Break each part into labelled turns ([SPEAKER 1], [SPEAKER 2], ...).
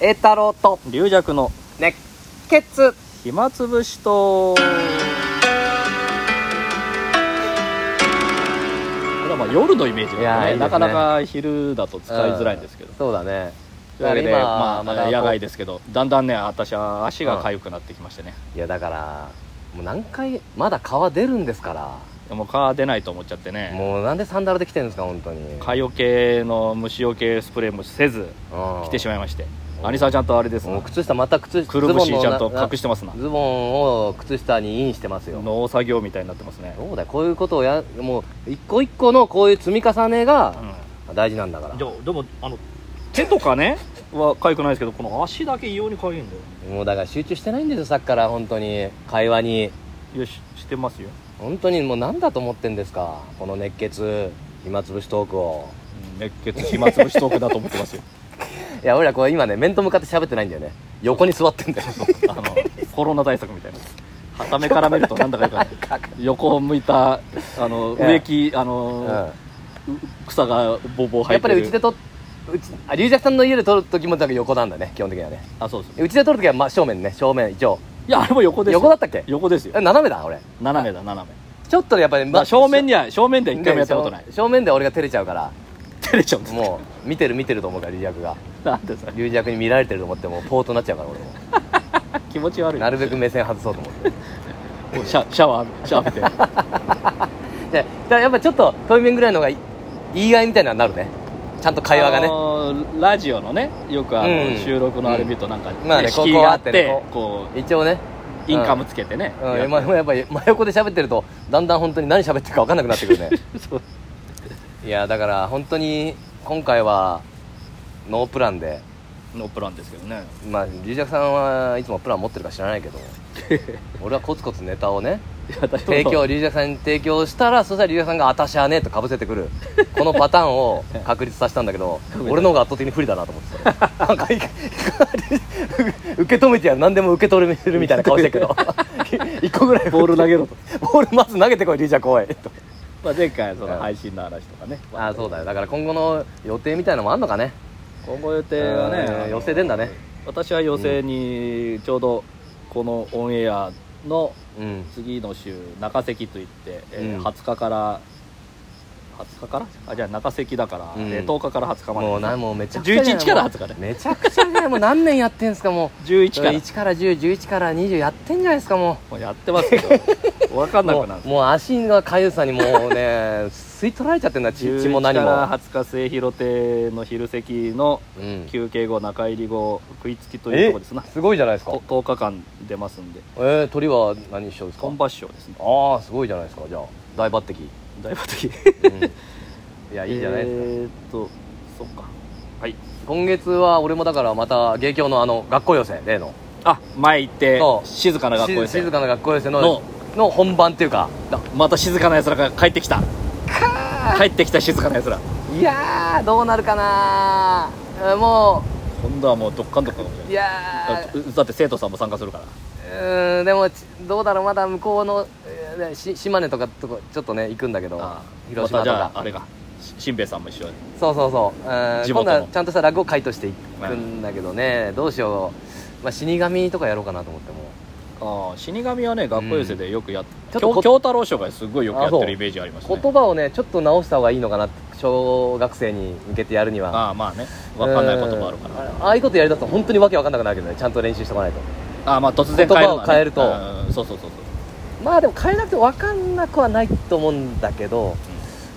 [SPEAKER 1] 栄太郎と
[SPEAKER 2] 龍尺の
[SPEAKER 1] 熱血
[SPEAKER 2] 暇つぶしとこれはまあ夜のイメージだ
[SPEAKER 1] い
[SPEAKER 2] か
[SPEAKER 1] やー
[SPEAKER 2] ら
[SPEAKER 1] いい
[SPEAKER 2] ね
[SPEAKER 1] ですね
[SPEAKER 2] なかなか昼だと使いづらいんですけど、
[SPEAKER 1] そうだね
[SPEAKER 2] というわけで
[SPEAKER 1] だから今
[SPEAKER 2] まあ
[SPEAKER 1] まだ
[SPEAKER 2] 野外ですけどだんだんね私は足が痒くなってきましてね、
[SPEAKER 1] いやだからもう何回まだ川出るんですから
[SPEAKER 2] もう蚊出ないと思っちゃってね
[SPEAKER 1] もうなんでサンダルで来てるんですか本当に
[SPEAKER 2] 蚊よけの虫よけスプレーもせず来てし
[SPEAKER 1] ま
[SPEAKER 2] まいまして
[SPEAKER 1] うん
[SPEAKER 2] 兄さんちゃんとあれです
[SPEAKER 1] も
[SPEAKER 2] な
[SPEAKER 1] う靴下また靴下
[SPEAKER 2] くるぶしちゃんと隠
[SPEAKER 1] し
[SPEAKER 2] してますな
[SPEAKER 1] ズボンを靴下にインしてますよ
[SPEAKER 2] 農作業みたいになってますね、
[SPEAKER 1] そうだよこういうことをやもう一個一個のこういう積み重ね
[SPEAKER 2] う
[SPEAKER 1] が
[SPEAKER 2] ん
[SPEAKER 1] 大事なんだから、
[SPEAKER 2] じゃあでもあの手とかねは痒くないですけどこの足だけ異様に痒いんだよ
[SPEAKER 1] もうだから集中してないんですよさっきから本当に会話に
[SPEAKER 2] いやししてますよ、
[SPEAKER 1] 本当にもう何だと思ってんですかこの熱血暇つぶしトークを
[SPEAKER 2] うん熱血暇つぶしトークだと思ってます よ
[SPEAKER 1] いや俺らこれ今ね面と向かって喋ってないんだよね横に座ってんだよ
[SPEAKER 2] あのコロナ対策みたいなはためからめるとなんだかよくわ かんない横を向いたあの
[SPEAKER 1] いや
[SPEAKER 2] 植木あ
[SPEAKER 1] う
[SPEAKER 2] の、
[SPEAKER 1] ん
[SPEAKER 2] 草がぼうぼう生
[SPEAKER 1] や
[SPEAKER 2] え
[SPEAKER 1] ってぱ
[SPEAKER 2] る
[SPEAKER 1] りうちで撮っうちあ龍尺さんの家で撮る時もなんか横なんだね基本的にはね
[SPEAKER 2] あそうです
[SPEAKER 1] うちで撮る時は真正面ね正面一応
[SPEAKER 2] いやあれも横ですよ
[SPEAKER 1] 横だったっけ
[SPEAKER 2] 横ですよ
[SPEAKER 1] え斜めだ俺
[SPEAKER 2] 斜めだ斜め
[SPEAKER 1] ちょっとねやっぱり、
[SPEAKER 2] まあ正面
[SPEAKER 1] に
[SPEAKER 2] には正面では一回もやったことない
[SPEAKER 1] 正面で俺が照れちゃうから
[SPEAKER 2] 照れちゃうんです
[SPEAKER 1] もう見てる見てると思うから龍尺が
[SPEAKER 2] なんでさ
[SPEAKER 1] 龍尺に見られてると思ってもうポートになっちゃ うから俺も
[SPEAKER 2] 気持ち悪い
[SPEAKER 1] なるべく目線外そうと思って
[SPEAKER 2] シャシャワーシャワー浴びて
[SPEAKER 1] でだからやっぱちょっと遠い面ぐらいの方がいいいい具合みたいなのになるねちゃんと会話がね
[SPEAKER 2] あのラジオのねよくあの、
[SPEAKER 1] うん
[SPEAKER 2] 収録のあれ見るとなんか、
[SPEAKER 1] まあね
[SPEAKER 2] 敷居があっ
[SPEAKER 1] ここあって
[SPEAKER 2] て
[SPEAKER 1] ね
[SPEAKER 2] こ
[SPEAKER 1] 一応ね
[SPEAKER 2] うインカムつけてね、
[SPEAKER 1] うん、
[SPEAKER 2] やっ
[SPEAKER 1] ややっぱり真横で喋ってるとだんだん本当に何喋ってるか分かんなくなってくるね
[SPEAKER 2] そう
[SPEAKER 1] いやだから本当に今回はノープランで
[SPEAKER 2] のプランですけどね
[SPEAKER 1] まあ龍尺さんはいつもプラン持ってるか知らない けど俺はコツコツネタをね
[SPEAKER 2] いや私も
[SPEAKER 1] 提供龍尺さんに提供したらそしたら龍尺さんが「私はね」とかぶせてく るこのパターンを確立させたんだけど俺の方が圧倒的に不利だなと思ってたなんかい受け止めてやる何でも受け取れるみたいな顔してるけど 一個ぐらい
[SPEAKER 2] ボール投げろと、
[SPEAKER 1] ボールまず投げてこい龍尺おいと
[SPEAKER 2] まあ、前回そ
[SPEAKER 1] うん
[SPEAKER 2] の配信の話とかね、
[SPEAKER 1] ああそうだよだから今後の予定みたいのもあんのかね
[SPEAKER 2] 今後予定はね
[SPEAKER 1] うん
[SPEAKER 2] あの
[SPEAKER 1] 寄せ出んだね
[SPEAKER 2] 私は寄せにちょうどこのオンエアの
[SPEAKER 1] うん
[SPEAKER 2] 次の週中関といって、えー
[SPEAKER 1] うん
[SPEAKER 2] 20日から20日からあじゃあ中関だから、
[SPEAKER 1] うん
[SPEAKER 2] えー10日から20日まで
[SPEAKER 1] もうなもうめちゃくちゃ
[SPEAKER 2] 11から20日ね
[SPEAKER 1] めちゃくちゃねもう何年やってんすかもう
[SPEAKER 2] 11から
[SPEAKER 1] 1から1011から20やってんじゃないですかも
[SPEAKER 2] もうやってますけ どわか
[SPEAKER 1] うん
[SPEAKER 2] な
[SPEAKER 1] も
[SPEAKER 2] く
[SPEAKER 1] う
[SPEAKER 2] なる
[SPEAKER 1] もう足のかゆさにもう ね吸い取られちゃってんだ血血も何
[SPEAKER 2] 11から
[SPEAKER 1] も
[SPEAKER 2] 20日末広亭の昼席の
[SPEAKER 1] うん
[SPEAKER 2] 休憩後中入り後食いつきという
[SPEAKER 1] え
[SPEAKER 2] とこですな
[SPEAKER 1] すごいじゃないですか
[SPEAKER 2] と10日間出ますんで
[SPEAKER 1] えー鳥は何一緒ですか
[SPEAKER 2] 本場師匠ですね
[SPEAKER 1] ああすごいじゃないですかじゃあ大抜擢
[SPEAKER 2] 大抜擢
[SPEAKER 1] うん いやいいじゃないですか
[SPEAKER 2] えーっとそっかはい
[SPEAKER 1] 今月は俺もだからまた芸協のあの学校寄せ例の
[SPEAKER 2] あ前行って
[SPEAKER 1] そう
[SPEAKER 2] 静かな学校です
[SPEAKER 1] し静かな学校寄せの
[SPEAKER 2] の
[SPEAKER 1] の本番っていうか
[SPEAKER 2] また静かな奴らが帰ってきた帰ってきた静かな奴ら
[SPEAKER 1] いやーどうなるかなーも
[SPEAKER 2] 今度はもうどっかんどっかんかもしれ
[SPEAKER 1] う
[SPEAKER 2] ない
[SPEAKER 1] いや
[SPEAKER 2] だだって生徒さんも参加するから
[SPEAKER 1] ーうーんでもちどうだろうまだ向こうの、えーねし島根とかとこちょっとね行くんだけど
[SPEAKER 2] あー
[SPEAKER 1] 広島
[SPEAKER 2] また
[SPEAKER 1] とか、
[SPEAKER 2] じゃああれがししんべヱさんも一緒に
[SPEAKER 1] そうそうそううーん
[SPEAKER 2] 地
[SPEAKER 1] 今
[SPEAKER 2] 元
[SPEAKER 1] 度
[SPEAKER 2] の
[SPEAKER 1] はちゃんとした落語会として行くんだけどねどうしよう、まあ、死神とかやろうかなと思っても
[SPEAKER 2] ああ死神はね学校寄せでよくやっ
[SPEAKER 1] ち
[SPEAKER 2] て、
[SPEAKER 1] ょっとこ
[SPEAKER 2] 京京太郎賞がすごいよくやっ
[SPEAKER 1] あ
[SPEAKER 2] て
[SPEAKER 1] そう
[SPEAKER 2] るイメージありましたね
[SPEAKER 1] 言葉をねちょっと直した方がいいのかなって小学生に向けてやるには
[SPEAKER 2] ああまあね分かんない言葉あるから
[SPEAKER 1] うんああいうことやりだすと本当にわけわかんなくなるけどねちゃんと練習しておかないと
[SPEAKER 2] ああまあ突然変えるのはね
[SPEAKER 1] 言葉を変えると
[SPEAKER 2] うんそうそうそうそう
[SPEAKER 1] まあでも変えなくてわかんなくはないと思うんだけど、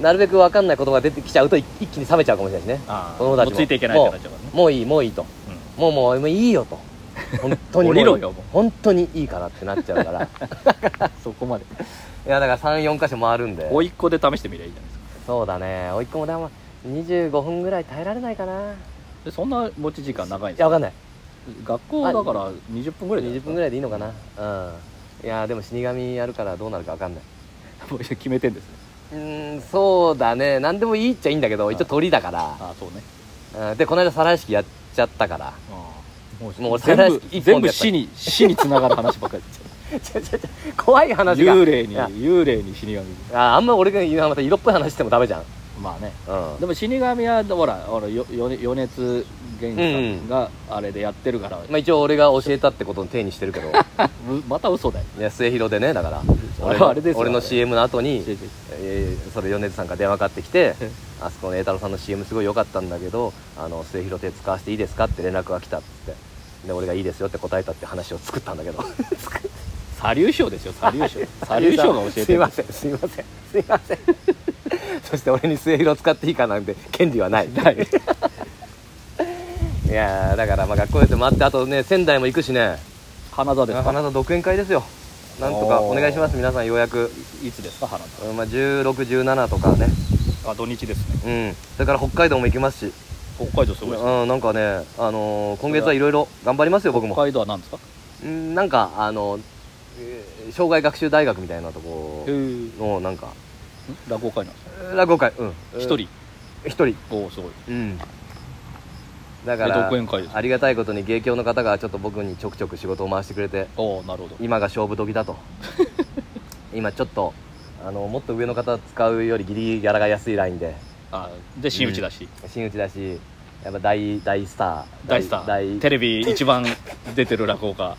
[SPEAKER 1] なるべくわかんない言葉が出てきちゃうと一一気に冷めちゃうかもしれないしね
[SPEAKER 2] ああ
[SPEAKER 1] 子供たちも
[SPEAKER 2] うついていけないってなっちゃうからね
[SPEAKER 1] もういいもういいともうもうもういいよと本当に もういい
[SPEAKER 2] 降りろよもう
[SPEAKER 1] 本当にいいからってなっちゃうから い
[SPEAKER 2] うんそこまで
[SPEAKER 1] やだから34箇所回るんで
[SPEAKER 2] 甥っ子で試してみりゃいいじゃないですか
[SPEAKER 1] そうだねおいっ子もだま25分ぐらい耐えられないかな
[SPEAKER 2] でそんな持ち時間長いん
[SPEAKER 1] い
[SPEAKER 2] です
[SPEAKER 1] や
[SPEAKER 2] か
[SPEAKER 1] わかんない
[SPEAKER 2] 学校だから20分ぐらいじゃないです
[SPEAKER 1] 20
[SPEAKER 2] か
[SPEAKER 1] 分ぐらいでいいのかなうんいやでも死神やるからどうなるかわかんない
[SPEAKER 2] もう決めてんですね
[SPEAKER 1] うーんそうだね何でもいいっちゃいいんだけど
[SPEAKER 2] い
[SPEAKER 1] 一応鳥だか
[SPEAKER 2] ああそうね
[SPEAKER 1] ら、うんでこの間皿屋敷やっちゃったから
[SPEAKER 2] ああ
[SPEAKER 1] もう俺
[SPEAKER 2] 全
[SPEAKER 1] 再来週
[SPEAKER 2] 部
[SPEAKER 1] 一
[SPEAKER 2] 全
[SPEAKER 1] 本
[SPEAKER 2] 部
[SPEAKER 1] でやった
[SPEAKER 2] 死に死につながる話ばっかり
[SPEAKER 1] ちょちょちょ 怖い話が
[SPEAKER 2] 幽霊に
[SPEAKER 1] いや
[SPEAKER 2] 幽霊に死神
[SPEAKER 1] ああんま俺が言うのはまた色っぽい話してもダメじゃん
[SPEAKER 2] まあね
[SPEAKER 1] うん
[SPEAKER 2] でも死神はほらほらよよ余熱源さんがあれでやってるから、
[SPEAKER 1] まあ、一応俺が教えたってことの体にしてるけど
[SPEAKER 2] うまた嘘だよ
[SPEAKER 1] いや末広でねだから
[SPEAKER 2] あ
[SPEAKER 1] 俺の
[SPEAKER 2] あれですよ
[SPEAKER 1] 俺の
[SPEAKER 2] あれ
[SPEAKER 1] CM の後に
[SPEAKER 2] 違う違う
[SPEAKER 1] えーそれ米津さんから電話かかってきて「あそこの栄太郎さんの CM すごい良かったんだけどあの末広手使わせていいですか?」って連絡が来たっつってで俺が「いいですよ」って答えたって話を作ったんだけど
[SPEAKER 2] サリュー賞ですよサリュー賞 サリュー賞が教え
[SPEAKER 1] す
[SPEAKER 2] て
[SPEAKER 1] い
[SPEAKER 2] る
[SPEAKER 1] ませんすいませんすいま せんそして俺に末広使っていいかなんて権利は ない
[SPEAKER 2] ない
[SPEAKER 1] いやーだからまあ学校出て回ってあとね仙台も行くしね
[SPEAKER 2] 花田です
[SPEAKER 1] 花
[SPEAKER 2] か
[SPEAKER 1] 田独演会ですよなんとかお
[SPEAKER 2] おー
[SPEAKER 1] 願いします皆さんようやく、
[SPEAKER 2] いつですか花田
[SPEAKER 1] うんまあ、1617とかね
[SPEAKER 2] あ土日ですね
[SPEAKER 1] うんそれから北海道も行きますし
[SPEAKER 2] 北海道すごいですね
[SPEAKER 1] うん、なんかね、あのー今月はいろいろ頑張りますよ、僕
[SPEAKER 2] 北
[SPEAKER 1] も。
[SPEAKER 2] 海道は何ですか
[SPEAKER 1] うん、なんか、あのえー障害学習大学みたいなとこ
[SPEAKER 2] え
[SPEAKER 1] の、なんか、
[SPEAKER 2] 落語会なんですか
[SPEAKER 1] 落語会、うん。
[SPEAKER 2] 一人
[SPEAKER 1] 一人。
[SPEAKER 2] おおすごい
[SPEAKER 1] うん。だか
[SPEAKER 2] え
[SPEAKER 1] ら
[SPEAKER 2] 独、演会です
[SPEAKER 1] ありがたいことに、芸協の方がちょっと僕にちょくちょく仕事を回してくれて、
[SPEAKER 2] おおなるほど
[SPEAKER 1] 今が勝負時だと。今ちょっと、あの、もっと上の方使うよりギリギリギャラが安いラインで、
[SPEAKER 2] あで真打ちだし、
[SPEAKER 1] 真打ちだし、やっぱ大、大スター。
[SPEAKER 2] 大スターテレビ一番出てる落語家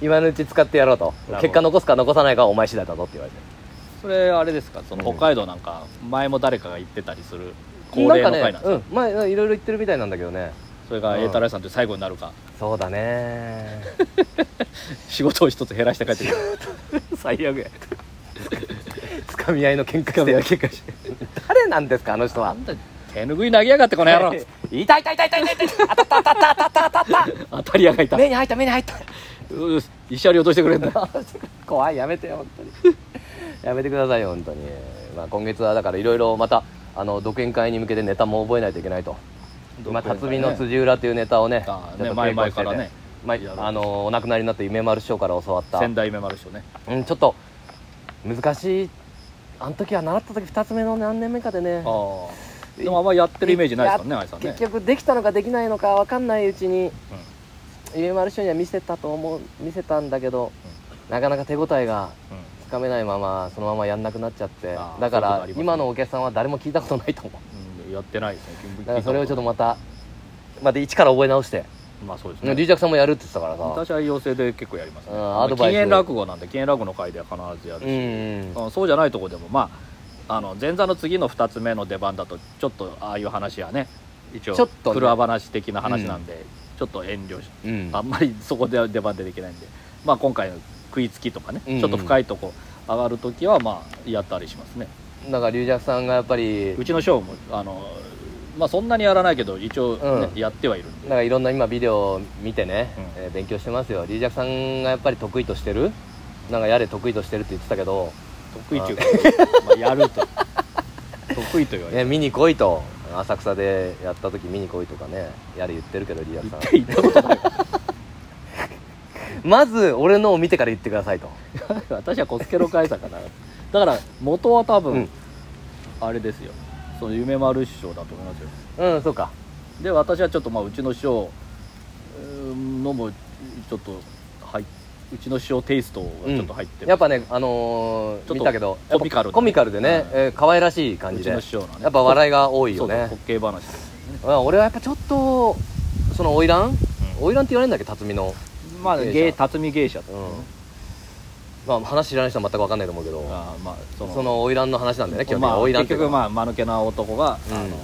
[SPEAKER 1] 今のうち使ってやろうと
[SPEAKER 2] なるほど
[SPEAKER 1] 結果残すか残さないかはお前次第だぞって言われて
[SPEAKER 2] それあれですかその
[SPEAKER 1] うん
[SPEAKER 2] 北海道なんか前も誰かが行ってたりする恒例の会なんですか
[SPEAKER 1] ね、うん前いろいろ言ってるみたいなんだけどね
[SPEAKER 2] それが
[SPEAKER 1] うん
[SPEAKER 2] 栄太郎さんって最後になるか
[SPEAKER 1] そうだね
[SPEAKER 2] 仕事を一つ減らして帰ってく る 最悪や
[SPEAKER 1] つかみ合いの喧嘩してや喧嘩して誰なんですかあの人は
[SPEAKER 2] あんた手ぬぐい投げやがってこの野郎
[SPEAKER 1] 痛い 痛い痛い痛い痛い痛い当たった当たった当たった当たっ
[SPEAKER 2] 当たり屋がい
[SPEAKER 1] た
[SPEAKER 2] た
[SPEAKER 1] 目に入った目に入った
[SPEAKER 2] うう一車両としてくれんだ
[SPEAKER 1] 怖いやめてよ本当にやめてくださいよ本当に、まあ、今月はだからいろいろまたあの独演会に向けてネタも覚えないといけないとまあ、辰巳の辻浦というネタをね
[SPEAKER 2] あー
[SPEAKER 1] ちょ
[SPEAKER 2] ね
[SPEAKER 1] っと稽
[SPEAKER 2] 前
[SPEAKER 1] 古
[SPEAKER 2] 々から
[SPEAKER 1] して
[SPEAKER 2] ね
[SPEAKER 1] ま
[SPEAKER 2] やろう
[SPEAKER 1] あ、あのお亡くなりになった夢丸師匠から教わった、
[SPEAKER 2] 仙台目丸賞ね
[SPEAKER 1] うん、ちょっと難しいあの時は習った時2つ目の何年目かでね
[SPEAKER 2] ああでもあんまやってるイメージないですもんね
[SPEAKER 1] や
[SPEAKER 2] 愛さんね
[SPEAKER 1] 結局できたのかできないのか分かんないうちに夢丸師匠には見せたと思う見せたんだけど、なかなか手応えが
[SPEAKER 2] うんうん
[SPEAKER 1] つかめないままそのままやんなくなっちゃって
[SPEAKER 2] あー
[SPEAKER 1] だか
[SPEAKER 2] そういうことあ
[SPEAKER 1] ら
[SPEAKER 2] りますね
[SPEAKER 1] 今のお客さんは誰も聞いたことないと思う
[SPEAKER 2] うんやってないですね
[SPEAKER 1] だからそれをちょっとまたまた一から覚え直して
[SPEAKER 2] まあそうです
[SPEAKER 1] うん
[SPEAKER 2] ね
[SPEAKER 1] D ジャクさんもやるって言ってたからさ
[SPEAKER 2] 私は養成で結構やりますね
[SPEAKER 1] うんアドバイス
[SPEAKER 2] 禁煙落語なんで禁煙落語の回では必ずやる
[SPEAKER 1] うんうん
[SPEAKER 2] し、うんそうじゃないとこでもまああの前座の次の2つ目の出番だとちょっとああいう話はね一応
[SPEAKER 1] ちょっとね
[SPEAKER 2] 黒話的な話なんで、ちょっと遠慮し
[SPEAKER 1] うん
[SPEAKER 2] あんまり そこでは出番出ていけないんでまあ今回の食いつきとかね、
[SPEAKER 1] うんうん
[SPEAKER 2] ちょっと深いとこ上がるときはまあやったりしますね
[SPEAKER 1] だから龍尺さんがやっぱり
[SPEAKER 2] うちのショーもあのまあそんなにやらないけど一応ね、
[SPEAKER 1] うん
[SPEAKER 2] やってはいるんで
[SPEAKER 1] なんかいろんな今ビデオを見てね、
[SPEAKER 2] うん
[SPEAKER 1] えー勉強してますよ龍尺さんがやっぱり得意としてるなんかやれ得意としてるって言ってたけど、
[SPEAKER 2] 得意中かまあやると得意と言われて
[SPEAKER 1] ね、見に来いと浅草でやった時見に来いとかねやれ言ってるけど龍尺さ
[SPEAKER 2] 行ったことない
[SPEAKER 1] んまず俺のを見てから言ってくださいと
[SPEAKER 2] 私はコスケロ会社かなだから元は多分、
[SPEAKER 1] うん
[SPEAKER 2] あれですよその夢丸師匠だと思いますよ
[SPEAKER 1] うんそうか
[SPEAKER 2] で私はちょっとまあうちの師匠うーんのもちょっとはいうちの師匠テイストがちょっと入ってる、
[SPEAKER 1] やっぱねあのー
[SPEAKER 2] ちょっと
[SPEAKER 1] 見たけど
[SPEAKER 2] コミカルで
[SPEAKER 1] コミカルでね、
[SPEAKER 2] うん
[SPEAKER 1] えー可愛らしい感
[SPEAKER 2] う
[SPEAKER 1] じ
[SPEAKER 2] ち
[SPEAKER 1] で
[SPEAKER 2] の師匠のね
[SPEAKER 1] やっぱ笑いが多いよ
[SPEAKER 2] そう
[SPEAKER 1] ね
[SPEAKER 2] そう滑稽話です
[SPEAKER 1] うん俺はやっぱちょっとその花魁花魁って言われるんだっけ辰巳の、
[SPEAKER 2] まあ
[SPEAKER 1] 芸者
[SPEAKER 2] 芸辰巳芸者
[SPEAKER 1] う
[SPEAKER 2] と
[SPEAKER 1] んまあ、話知らない人は全く分かんないと思うけど
[SPEAKER 2] あーまあその
[SPEAKER 1] その花魁の話なんだよね基本的に
[SPEAKER 2] まあ、
[SPEAKER 1] 花魁っ
[SPEAKER 2] 結
[SPEAKER 1] ていう
[SPEAKER 2] 局
[SPEAKER 1] か
[SPEAKER 2] まあ間抜けな男が、
[SPEAKER 1] うん
[SPEAKER 2] あの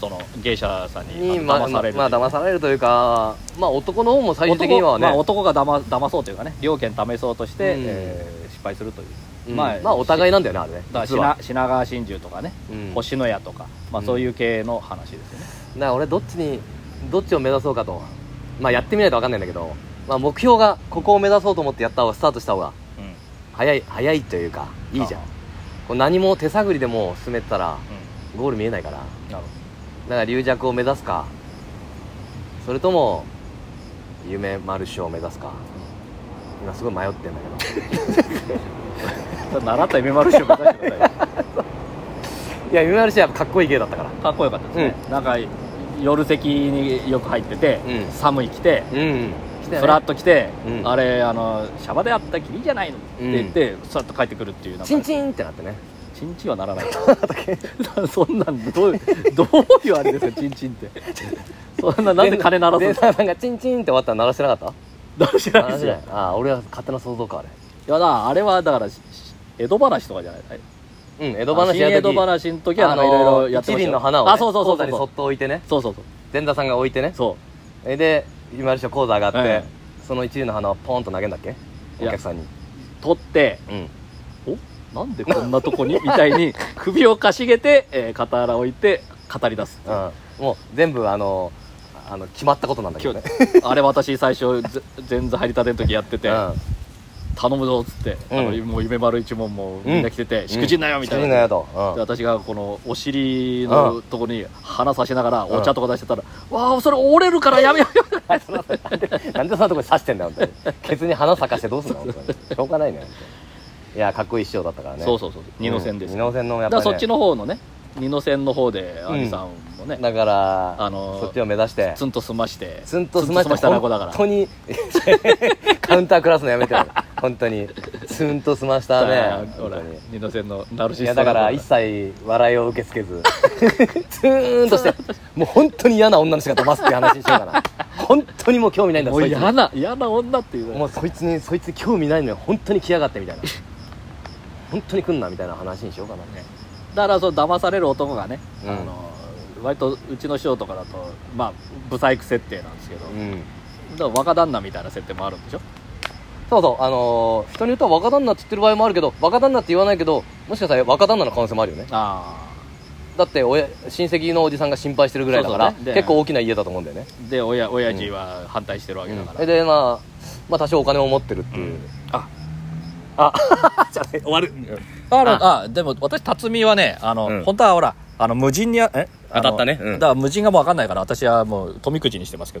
[SPEAKER 2] その芸者さんに
[SPEAKER 1] に
[SPEAKER 2] あ
[SPEAKER 1] ま
[SPEAKER 2] の
[SPEAKER 1] あ
[SPEAKER 2] 騙される
[SPEAKER 1] まあ騙されるというかまあ男の方も最終的にはね
[SPEAKER 2] 男,、まあ、男がだま騙そうというかね両権試そうとして、
[SPEAKER 1] うん
[SPEAKER 2] えー失敗するという、
[SPEAKER 1] うんまあ、お互い
[SPEAKER 2] い
[SPEAKER 1] なんだよねあれね
[SPEAKER 2] だから
[SPEAKER 1] 実は
[SPEAKER 2] 品品川真珠とかね、
[SPEAKER 1] うん
[SPEAKER 2] 星のやとか、まあ、
[SPEAKER 1] うん
[SPEAKER 2] そういう系の話ですよね、
[SPEAKER 1] だから俺どっちにどっちを目指そうかとまあやってみないと分かんないんだけど、まあ、目標がここを目指そうと思ってやった方がスタートした方が
[SPEAKER 2] うん
[SPEAKER 1] 早い早いというかいいじゃん
[SPEAKER 2] あ
[SPEAKER 1] こう何も手探りでも進めてたら
[SPEAKER 2] う
[SPEAKER 1] ゴール見えないから
[SPEAKER 2] んなる
[SPEAKER 1] だから龍弱を目指すかそれとも夢丸賞を目指すか今すごい迷ってんだけど
[SPEAKER 2] ほど習った夢丸師匠目指してください よ
[SPEAKER 1] いや夢丸賞はやっぱかっこいい芸だったから
[SPEAKER 2] かっこよかったですね、なんか夜席によく入ってて、
[SPEAKER 1] うん
[SPEAKER 2] 寒い来て、
[SPEAKER 1] うん、うん、
[SPEAKER 2] ふらっと来て、
[SPEAKER 1] うん
[SPEAKER 2] あれあのシャバであったきりじゃないのって言って、さっと帰ってくるっていうなんか
[SPEAKER 1] チンチンってなってね
[SPEAKER 2] チチンチンはならない そんなんどうどういうあれですかチンチンってそんななんで金鳴らすん
[SPEAKER 1] で
[SPEAKER 2] です
[SPEAKER 1] さ
[SPEAKER 2] か
[SPEAKER 1] なんかチンチンって割ったら鳴らしてなかっ
[SPEAKER 2] 鳴らして
[SPEAKER 1] た
[SPEAKER 2] な
[SPEAKER 1] 鳴
[SPEAKER 2] いです
[SPEAKER 1] らして
[SPEAKER 2] よ
[SPEAKER 1] ないああ俺は勝手な想像かあ
[SPEAKER 2] いやだあれはだからしし江戸話とかじゃない
[SPEAKER 1] れうん江戸話
[SPEAKER 2] 新
[SPEAKER 1] や
[SPEAKER 2] 江
[SPEAKER 1] る
[SPEAKER 2] 戸
[SPEAKER 1] 時
[SPEAKER 2] 話の時はな
[SPEAKER 1] あ
[SPEAKER 2] んかいろいろ
[SPEAKER 1] の
[SPEAKER 2] やって
[SPEAKER 1] 一
[SPEAKER 2] ましたよ
[SPEAKER 1] 輪の花をね
[SPEAKER 2] あそうそうそう
[SPEAKER 1] 講座に
[SPEAKER 2] そ
[SPEAKER 1] そっ
[SPEAKER 2] う
[SPEAKER 1] と置いてね
[SPEAKER 2] そうそうそう
[SPEAKER 1] 前座さんが置いてね
[SPEAKER 2] そ
[SPEAKER 1] えで今でしょ講座上がって、
[SPEAKER 2] ええ
[SPEAKER 1] その一輪の花をポンと投げんだっけ
[SPEAKER 2] い
[SPEAKER 1] お
[SPEAKER 2] や
[SPEAKER 1] 客さんに
[SPEAKER 2] う取って
[SPEAKER 1] うん
[SPEAKER 2] おなんでこんなとこに みたいに首をかしげて、えー、肩ら置いて語り出す
[SPEAKER 1] うん、もう全部あのあの決まったことなんだけ
[SPEAKER 2] 今
[SPEAKER 1] どね、
[SPEAKER 2] 日あれ私最初ぜ前座入りたての時やって
[SPEAKER 1] う
[SPEAKER 2] て、
[SPEAKER 1] ん、
[SPEAKER 2] 頼むぞっつって、あの
[SPEAKER 1] うん
[SPEAKER 2] もう夢丸一門もみんな来てて、しくじんなよみたいな、
[SPEAKER 1] しくじんなよと、うん
[SPEAKER 2] で私がこのお尻のとこに花さしながら
[SPEAKER 1] うん
[SPEAKER 2] お茶とか出してたら「わあそれ折れるからやめようよ
[SPEAKER 1] なんでそんなとこに刺してんだよ本当にケツに花咲かしてどうすんの本当にしょうがないね本当にいやかっこいい師匠だったから」ね
[SPEAKER 2] そうそうそう二の線です、
[SPEAKER 1] うん二の線のやっ
[SPEAKER 2] だから
[SPEAKER 1] ぱ、ね、
[SPEAKER 2] そっちの方のね二の線の方で兄さんもね、
[SPEAKER 1] だから、
[SPEAKER 2] あのー
[SPEAKER 1] そっちを目指して
[SPEAKER 2] ツンと済まして
[SPEAKER 1] ツンと済まして
[SPEAKER 2] ツンとたらこだから
[SPEAKER 1] 本当に カウンタークラスのやめてよ本当にツンと済ましたね
[SPEAKER 2] ほ
[SPEAKER 1] 本
[SPEAKER 2] ら
[SPEAKER 1] 当に
[SPEAKER 2] 二の線のナルシ
[SPEAKER 1] い
[SPEAKER 2] ス
[SPEAKER 1] や
[SPEAKER 2] ト
[SPEAKER 1] だから一切笑いを受け付 けずツーンとしてもう本当に嫌な女の人が飛ばすっていう話にしようかな本当にもう興味ないんだ
[SPEAKER 2] もう
[SPEAKER 1] そいつ
[SPEAKER 2] 嫌
[SPEAKER 1] に
[SPEAKER 2] な嫌な女っていう
[SPEAKER 1] もうそいつにそいつに興味ないのに本当に来やがってみたいな本当に来んなみたいな話にしようかな
[SPEAKER 2] だからその騙される男がね、
[SPEAKER 1] うん
[SPEAKER 2] あの割とうちの師匠とかだとまあ不細工設定なんですけど、
[SPEAKER 1] うん
[SPEAKER 2] だから若旦那みたいな設定もあるんでしょ
[SPEAKER 1] そうそうあのー人によっては若旦那って言ってる場合もあるけど若旦那って言わないけどもしかしたら若旦那の可能性もあるよね
[SPEAKER 2] あ
[SPEAKER 1] だって親親戚のおじさんが心配してるぐらいだから、
[SPEAKER 2] そうそうねで
[SPEAKER 1] 結構大きな家だと思うんだよね
[SPEAKER 2] あで親親父は反対してるわけだから、
[SPEAKER 1] うんでまあまあ多少お金を持ってるっていう、
[SPEAKER 2] あ
[SPEAKER 1] あじゃあね終わる
[SPEAKER 2] ああでも私辰巳はねあの、
[SPEAKER 1] うん
[SPEAKER 2] 本当はほらあの無人にあえあの
[SPEAKER 1] 当たったねうん
[SPEAKER 2] だから無人がもう分かんないから私はもう富くじにしてますけ